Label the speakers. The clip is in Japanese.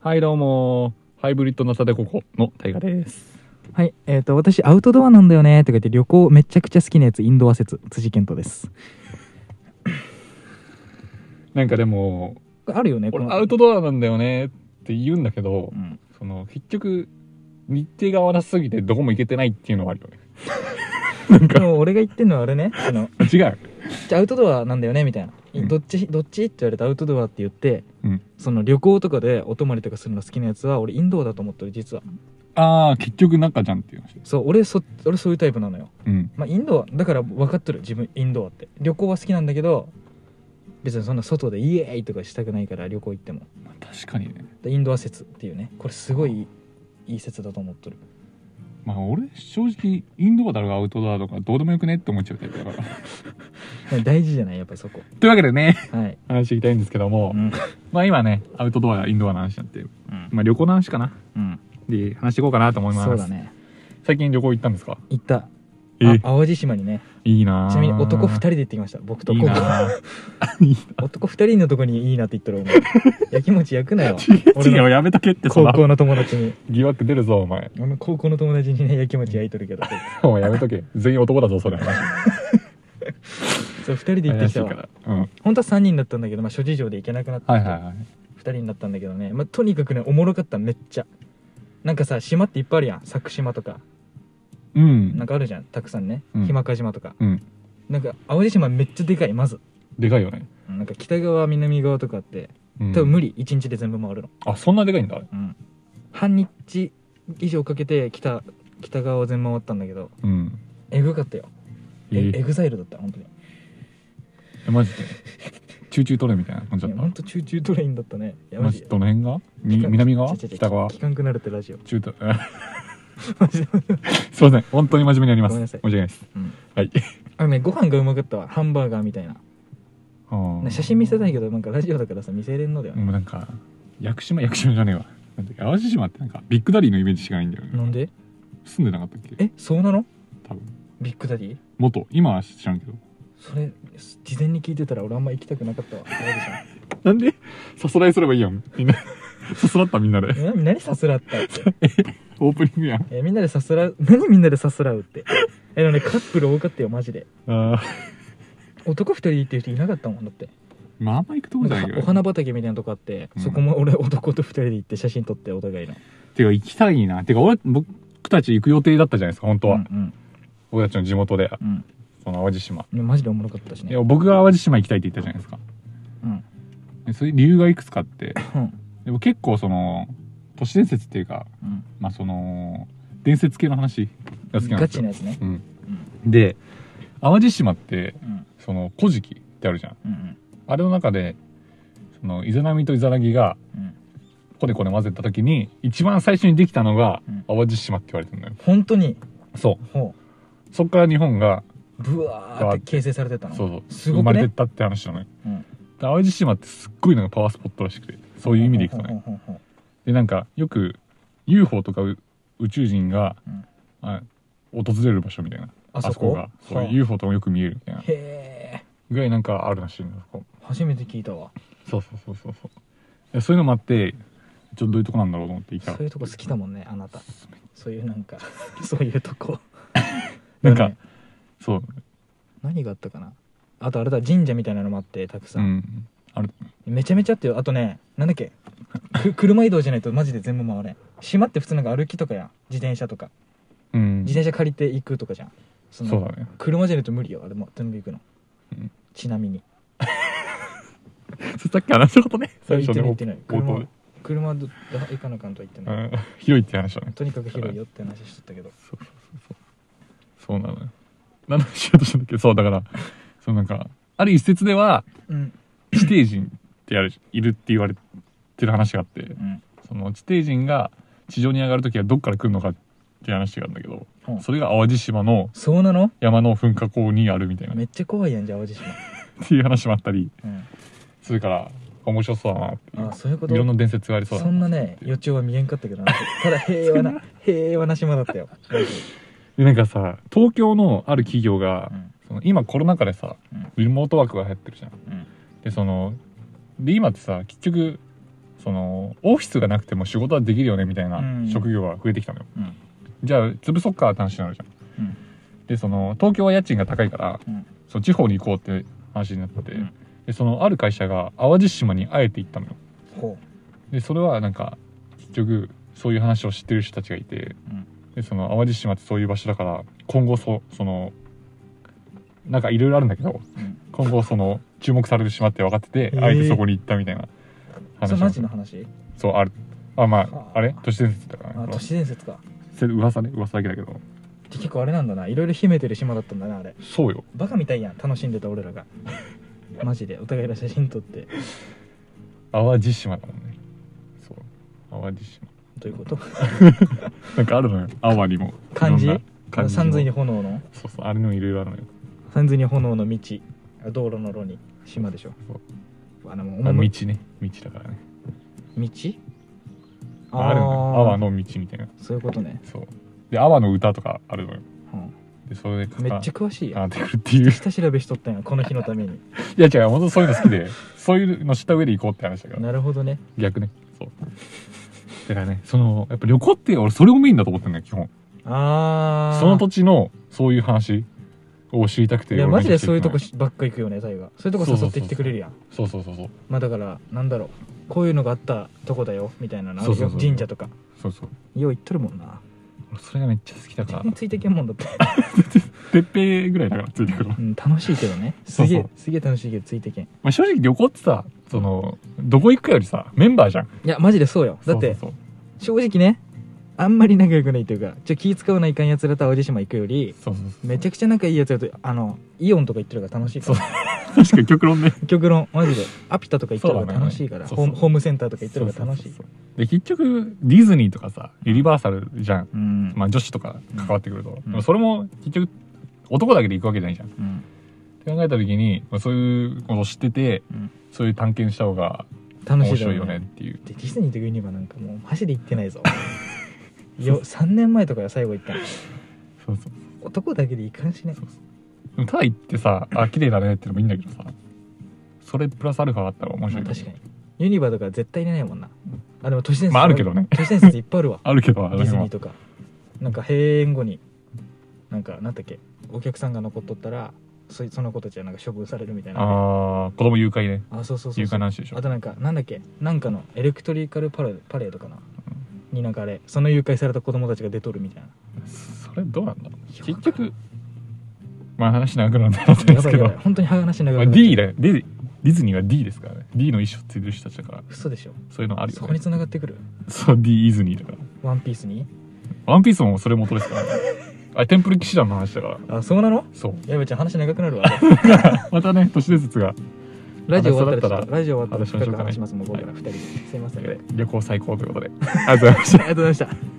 Speaker 1: はい、どうも。ハイブリッドなさでここの大河です。
Speaker 2: はい、えっ、と、私、アウトドアなんだよねとか言って、旅行めちゃくちゃ好きなやつ、インドア説、辻健人です。
Speaker 1: なんかでも、
Speaker 2: これあるよね、こ
Speaker 1: 俺
Speaker 2: の。
Speaker 1: アウトドアなんだよねって言うんだけど
Speaker 2: う、ん
Speaker 1: その、結局、日程が合わなすぎてどこも行けてないっていうのはあるよね。
Speaker 2: でも、俺が言ってんのはあれね、あの、
Speaker 1: 違う。
Speaker 2: じゃあアウトドアなんだよねみたいな。
Speaker 1: うん
Speaker 2: どっち、どっちって言われてアウトドアって言って、
Speaker 1: うん
Speaker 2: その旅行とかでお泊まりとかするの好きなやつは、俺、インドアだと思ってる、実は。
Speaker 1: ああ、結局中じゃんっていう話。
Speaker 2: そう、俺、そ、俺そういうタイプなのよ。
Speaker 1: うん。
Speaker 2: まあ、インドア、だから分かってる、自分、インドアって。旅行は好きなんだけど、別にそんな外でイエーイとかしたくないから、旅行行っても。
Speaker 1: まあ確かにね。
Speaker 2: でインドア説っていうねこれすごいいい説だと思っとる
Speaker 1: まあ俺、正直、インドアだろうがアウトドアとかどうでもよくねって思っちゃうタイプだから。
Speaker 2: 大事じゃないやっぱりそこと
Speaker 1: いうわけでね、
Speaker 2: はい、
Speaker 1: 話していきたいんですけども、
Speaker 2: うん
Speaker 1: まあ今ね、アウトドア、インドアの話なんて、まあ旅行の話かな。
Speaker 2: うん、
Speaker 1: で、話していこうかなと思います。
Speaker 2: そうだ。ね
Speaker 1: 最近旅行行ったんですか
Speaker 2: 行ったあ淡路島にね
Speaker 1: いいなぁ
Speaker 2: ちなみに男2人で行ってきました僕と
Speaker 1: いい
Speaker 2: コウ
Speaker 1: なぁいい
Speaker 2: 男2人のとこにいいなって言ったらお 前やきもち焼くなよ
Speaker 1: な
Speaker 2: 俺
Speaker 1: 違う
Speaker 2: の
Speaker 1: 違うやめとけってそん
Speaker 2: 高
Speaker 1: な
Speaker 2: 校の友達に
Speaker 1: 疑惑出るぞお前
Speaker 2: 俺の高校の友達にねやきもち焼いとるけど
Speaker 1: お前やめとけ全員男だぞ それ
Speaker 2: そう2人で行って
Speaker 1: 怪し
Speaker 2: き
Speaker 1: い
Speaker 2: た
Speaker 1: か
Speaker 2: わ
Speaker 1: らうん
Speaker 2: 本当は3人だったんだけど、まあ、諸事情で行けなくなって、
Speaker 1: はいはいはい
Speaker 2: 2人になったんだけどね、まあ、とにかくねおもろかっためっちゃなんかさ島っていっぱいあるやん佐久島とか
Speaker 1: う
Speaker 2: なん
Speaker 1: ん
Speaker 2: かあるじゃんたくさんね、
Speaker 1: うん
Speaker 2: 日間賀島とか
Speaker 1: うん
Speaker 2: なんか淡路島めっちゃでかいまず
Speaker 1: でかいよね
Speaker 2: なんか北側南側とかあって
Speaker 1: うん
Speaker 2: 多分無理1日で全部回るの、
Speaker 1: あそんなでかいんだ
Speaker 2: うん半日以上かけて北北側を全部回ったんだけど
Speaker 1: うん
Speaker 2: えぐかったよ
Speaker 1: い
Speaker 2: え
Speaker 1: い
Speaker 2: エグザイルだった本当に
Speaker 1: えマジでチューチュートレみたいな感じ
Speaker 2: い
Speaker 1: だ
Speaker 2: や
Speaker 1: っ
Speaker 2: 本当中中トレインだったねい
Speaker 1: た
Speaker 2: や
Speaker 1: マ
Speaker 2: マ
Speaker 1: ジ
Speaker 2: ジ
Speaker 1: で
Speaker 2: で
Speaker 1: どの辺がみ南側北側
Speaker 2: 聞かんくなるってラジオ
Speaker 1: 中途
Speaker 2: マジで
Speaker 1: すいません本当に真面目にやります
Speaker 2: ごめんなさい
Speaker 1: 申し訳ないです
Speaker 2: うん
Speaker 1: はい
Speaker 2: あのねご飯がうまかったわハンバーガーみたいな
Speaker 1: あー
Speaker 2: ね写真見せたいけどなんかラジオだからさ見せれんのだよね、
Speaker 1: もうなんか屋久島屋久島じゃねえわなんだっけ淡路島ってなんかビッグダディのイメージしかないんだよね
Speaker 2: なんで
Speaker 1: 住んでなかったっけ
Speaker 2: えそうなの
Speaker 1: 多分
Speaker 2: ビッグダディ
Speaker 1: 元今は知らんけど
Speaker 2: それ事前に聞いてたら俺あんま行きたくなかったわ
Speaker 1: なんでさすらいすればいいやんみん なさすらったみんなで
Speaker 2: え何何さすらったって
Speaker 1: オープニングやん
Speaker 2: えみんなでさすらう 何みんなでさすらうってえでもねカップル多かったよマジで
Speaker 1: あ
Speaker 2: 男2人っていう人いなかったもんだって
Speaker 1: まああんま行くとこじゃ
Speaker 2: な
Speaker 1: ないけ
Speaker 2: んか
Speaker 1: ど
Speaker 2: お花畑みたいなとこあって、
Speaker 1: うん
Speaker 2: そこも俺 男と2人で行って写真撮ってお互いの
Speaker 1: てか行きたいなてか俺僕たち行く予定だったじゃないですか本当は、
Speaker 2: うん
Speaker 1: 僕たちの地元で
Speaker 2: うん、うん
Speaker 1: その淡路島
Speaker 2: でもマジでおもろかったし
Speaker 1: い
Speaker 2: ね
Speaker 1: や僕が淡路島行きたいって言ったじゃないですか
Speaker 2: うん
Speaker 1: でそういう理由がいくつかあって
Speaker 2: うん
Speaker 1: でも結構その都市伝説っていうか
Speaker 2: うん
Speaker 1: まあその伝説系の話が好きなんで
Speaker 2: ガ
Speaker 1: す
Speaker 2: チ
Speaker 1: よ
Speaker 2: なやつね
Speaker 1: うん
Speaker 2: うん
Speaker 1: で淡路島って
Speaker 2: うん
Speaker 1: その「古事記」ってあるじゃん
Speaker 2: うん
Speaker 1: あれの中でそのイザナミとイザナギが
Speaker 2: うん
Speaker 1: コネコネ混ぜた時に一番最初にできたのが
Speaker 2: うん
Speaker 1: 淡路島って言われてるのよ
Speaker 2: 本当に
Speaker 1: そ
Speaker 2: ほ
Speaker 1: うそっから日本が
Speaker 2: うブワーって形成されてたの
Speaker 1: そうそう
Speaker 2: す
Speaker 1: 生
Speaker 2: ご
Speaker 1: ま
Speaker 2: く
Speaker 1: れてっ
Speaker 2: ね
Speaker 1: たって話なのよ
Speaker 2: うん
Speaker 1: で淡路島ってすっごいなんかパワースポットらしくてそういう意味でいくと
Speaker 2: ほ
Speaker 1: ね
Speaker 2: んほんほんほん
Speaker 1: でなんかよく UFO とかう宇宙人が
Speaker 2: うん、
Speaker 1: あ訪れる場所みたいな
Speaker 2: あそこ
Speaker 1: がそう
Speaker 2: はあ
Speaker 1: UFO とかよく見えるみたいな
Speaker 2: へえ
Speaker 1: ぐらいなんかあるらしいのよそこ
Speaker 2: 初めて聞いたわ
Speaker 1: そうそうそうそうそういやそういうのもあってちょっとどういうとこなんだろうと思って行った
Speaker 2: そ
Speaker 1: ら
Speaker 2: ういうとこ好きだもんねあなたそういうなんか そういうとこ
Speaker 1: なんか
Speaker 2: でもね
Speaker 1: そう
Speaker 2: 何があったかなあとあれだ神社みたいなのもあってたくさ、
Speaker 1: うんんある
Speaker 2: めちゃめちゃあってよあとねなんだっけく車移動じゃないとマジで全部回れん島って普通なんか歩きとかやん自転車とか
Speaker 1: うん
Speaker 2: 自転車借りて行くとかじゃんその
Speaker 1: そうだね
Speaker 2: 車じゃないと無理よあれも全部行くの、
Speaker 1: うん
Speaker 2: ちなみに
Speaker 1: さっき話したことね 最初ね
Speaker 2: 言ってない言って
Speaker 1: 冒
Speaker 2: ない
Speaker 1: 頭で
Speaker 2: 車で行かなあかんとは言って
Speaker 1: う
Speaker 2: ない、
Speaker 1: ん 広いって話だね
Speaker 2: とにかく広いよって話しとったけど
Speaker 1: そうそうそうそうそうなのよ何の話しようとしたんだっけそうだからそのなんかある一説では
Speaker 2: うん
Speaker 1: 地底人ってやるいるって言われてる話があって
Speaker 2: うん
Speaker 1: その地底人が地上に上がる時はどっから来るのかっていう話があるんだけど
Speaker 2: うん
Speaker 1: それが淡路島の
Speaker 2: そうなの
Speaker 1: 山の噴火口にあるみたいな
Speaker 2: めっちゃ怖いやんじゃあ淡路島、
Speaker 1: っていう話もあったり
Speaker 2: う
Speaker 1: するから面白そうだなってい
Speaker 2: ん、
Speaker 1: う
Speaker 2: あそういうこと
Speaker 1: いろんな伝説がありそうだ
Speaker 2: そんなね予兆は見えんかったけどなただ平 和な平和な島だったよ、
Speaker 1: でなんかさ東京のある企業が、
Speaker 2: うん
Speaker 1: その今コロナ禍でさ
Speaker 2: うん
Speaker 1: リモートワークが流行ってるじゃん
Speaker 2: うん
Speaker 1: でそので今ってさ結局そのオフィスがなくても仕事はできるよねみたいな
Speaker 2: うん
Speaker 1: 職業が増えてきたのよ、
Speaker 2: うん
Speaker 1: じゃあ潰そっかって話になるじゃん
Speaker 2: うん
Speaker 1: でその東京は家賃が高いから、
Speaker 2: うん
Speaker 1: その地方に行こうって話になってて、
Speaker 2: うん
Speaker 1: でそのある会社が淡路島にあえて行ったのよ
Speaker 2: ほ
Speaker 1: でそれはなんか結局そういう話を知ってる人たちがいて、
Speaker 2: うん
Speaker 1: でその淡路島ってそういう場所だから今後そそのなんかいろいろあるんだけど、
Speaker 2: うん
Speaker 1: 今後その注目されてしまって分かってて、
Speaker 2: えー
Speaker 1: あえてそこに行ったみたいな
Speaker 2: う
Speaker 1: 話
Speaker 2: そ
Speaker 1: を
Speaker 2: れマジの話
Speaker 1: そうあるあま
Speaker 2: は
Speaker 1: あ
Speaker 2: あ
Speaker 1: あれ都市伝説だから
Speaker 2: あ
Speaker 1: ね
Speaker 2: 都市伝説か
Speaker 1: それ噂ね噂だけだけど
Speaker 2: で結構あれなんだないろいろ秘めてる島だったんだなあれ
Speaker 1: そうよ
Speaker 2: バカみたいやん楽しんでた俺らが マジでお互いら写真撮って
Speaker 1: 淡路島だもんねそう淡路島
Speaker 2: どういうこと
Speaker 1: なんかあるのよ淡にも
Speaker 2: 漢字
Speaker 1: いろんな漢字も
Speaker 2: 三髄に炎の
Speaker 1: そうそうあれにもいろいろあるのよ
Speaker 2: 三髄に炎の道あ道路の路に島でしょ
Speaker 1: そう
Speaker 2: あのもう
Speaker 1: あ
Speaker 2: お前
Speaker 1: 道ね道だからね
Speaker 2: 道
Speaker 1: あるの
Speaker 2: ー
Speaker 1: よ阿波の道みたいな
Speaker 2: そういうことね、
Speaker 1: そうで阿波の歌とかあるのよ
Speaker 2: うん
Speaker 1: でそれで
Speaker 2: めっちゃ詳しいや
Speaker 1: あ出てくるっていう い
Speaker 2: 下調べしとったんやこの日の ために
Speaker 1: や違う本当そういうの好きでそういうの知った上で行こうって話だから
Speaker 2: なるほどね
Speaker 1: 逆ねそうだからねそのやっぱ旅行って俺それをメインだと思ってんだよ基本
Speaker 2: ああ
Speaker 1: その土地のそういう話を知りたくて
Speaker 2: いや
Speaker 1: 俺
Speaker 2: マジでそういうとこ
Speaker 1: めちゃくち
Speaker 2: ばっか行くよねタイがそういうと
Speaker 1: そう
Speaker 2: こ
Speaker 1: そうそう
Speaker 2: 誘ってきてくれるやん
Speaker 1: ゃ行くのよそうそうそうそう
Speaker 2: まあだからなんだろうこういうのがあったとこだよみたいなのあるよ
Speaker 1: そうそうそう
Speaker 2: 神社とか
Speaker 1: そうそう
Speaker 2: よう行っとるもんな
Speaker 1: 俺それがめっちゃ好きだか
Speaker 2: 全
Speaker 1: ら
Speaker 2: 然ついてけんもん だって、
Speaker 1: てっぺいぐらいだからついてくるの、
Speaker 2: うん、楽しいけどねすげ
Speaker 1: そ
Speaker 2: え
Speaker 1: う
Speaker 2: すげえ楽しいけどついてけんい
Speaker 1: まあ、正直旅行ってさそのどこ行くかよりさメンバーじゃん
Speaker 2: やマジでそうよだって
Speaker 1: そう
Speaker 2: 正直ねあんまり仲良くないというかちょ気使わないかんやつらと淡路島行くより
Speaker 1: そうそうそう
Speaker 2: めちゃくちゃ仲いいやつらとあのイオンとか行ってるから楽しいから
Speaker 1: そう確かに極論ね
Speaker 2: 極論マジでアピタとか行ってるから楽しいから、
Speaker 1: そうだ
Speaker 2: ホ
Speaker 1: ね
Speaker 2: ー
Speaker 1: そうそう
Speaker 2: ムホームセンターとか行ってるから楽しい
Speaker 1: そうそうそうで結局ディズニーとかさユニバーサルじゃん、
Speaker 2: うん
Speaker 1: まあ、女子とか関わってくると、
Speaker 2: うん
Speaker 1: でもそれも結局男だけで行くわけじゃないじゃんっ
Speaker 2: うん
Speaker 1: て考えた時に、まあ、そういうことを知ってて、
Speaker 2: うん
Speaker 1: そういう探検した方が
Speaker 2: 楽
Speaker 1: 面
Speaker 2: しいだ
Speaker 1: 白
Speaker 2: ろ
Speaker 1: いうよねっ
Speaker 2: ね
Speaker 1: ていう
Speaker 2: でディズニーとユニバなんかもうマジで行ってない ぞよ3年前とかが最後行ったの
Speaker 1: そうそう
Speaker 2: 男だけで行かんしね
Speaker 1: でもただ行ってさあ綺麗だねってのもいいんだけどさそれプラスアルファあったら面
Speaker 2: ま
Speaker 1: 白
Speaker 2: あ
Speaker 1: い、
Speaker 2: 確かにユニバとか絶対いないもんなあでも都市伝説
Speaker 1: まああるけどね
Speaker 2: 都市伝説いっぱいあるわ
Speaker 1: あるけ どあ
Speaker 2: デ
Speaker 1: の
Speaker 2: ィズ
Speaker 1: 辺は
Speaker 2: ニーとかなんか閉園後になんかなんだっけお客さんが残っとったらそいその子たちはなんか処分されるみたいなあ
Speaker 1: あー子供誘拐ね
Speaker 2: あそうそうそう
Speaker 1: 誘拐
Speaker 2: そう
Speaker 1: の話でしょ
Speaker 2: あとなんかなんだっけなんかのエレクトリカルパレパレードかな、になんかあれその誘拐された子供たちが出とるみたい な
Speaker 1: それどうなんだろう
Speaker 2: いや
Speaker 1: 結局まあ話長くなったんで
Speaker 2: や
Speaker 1: す
Speaker 2: ば
Speaker 1: け
Speaker 2: いや
Speaker 1: ど
Speaker 2: ばい本当に話長く
Speaker 1: ま
Speaker 2: な
Speaker 1: あ、
Speaker 2: っちゃう
Speaker 1: D だよディズディズニーは D ですからね D の衣装ついてる人たちだから
Speaker 2: 嘘でしょ
Speaker 1: そういうのある
Speaker 2: そ
Speaker 1: よ、
Speaker 2: こに
Speaker 1: ね、
Speaker 2: 繋がってくる
Speaker 1: そう D イズニーだから
Speaker 2: ワンピースに
Speaker 1: ワンピースもそれ元ですから、ね、あテンプル騎士団の話だから
Speaker 2: あそうなの
Speaker 1: そう
Speaker 2: やべちゃん話長くな るわ
Speaker 1: またね都市伝説が
Speaker 2: ラジオ終わったら
Speaker 1: 話そうだったら
Speaker 2: ちょっとラジオ終わったら
Speaker 1: 話しましょうかね
Speaker 2: 深く話しますもん僕ら二人ですいませんあり
Speaker 1: 旅行最高ということでありがとうございました
Speaker 2: がとうございました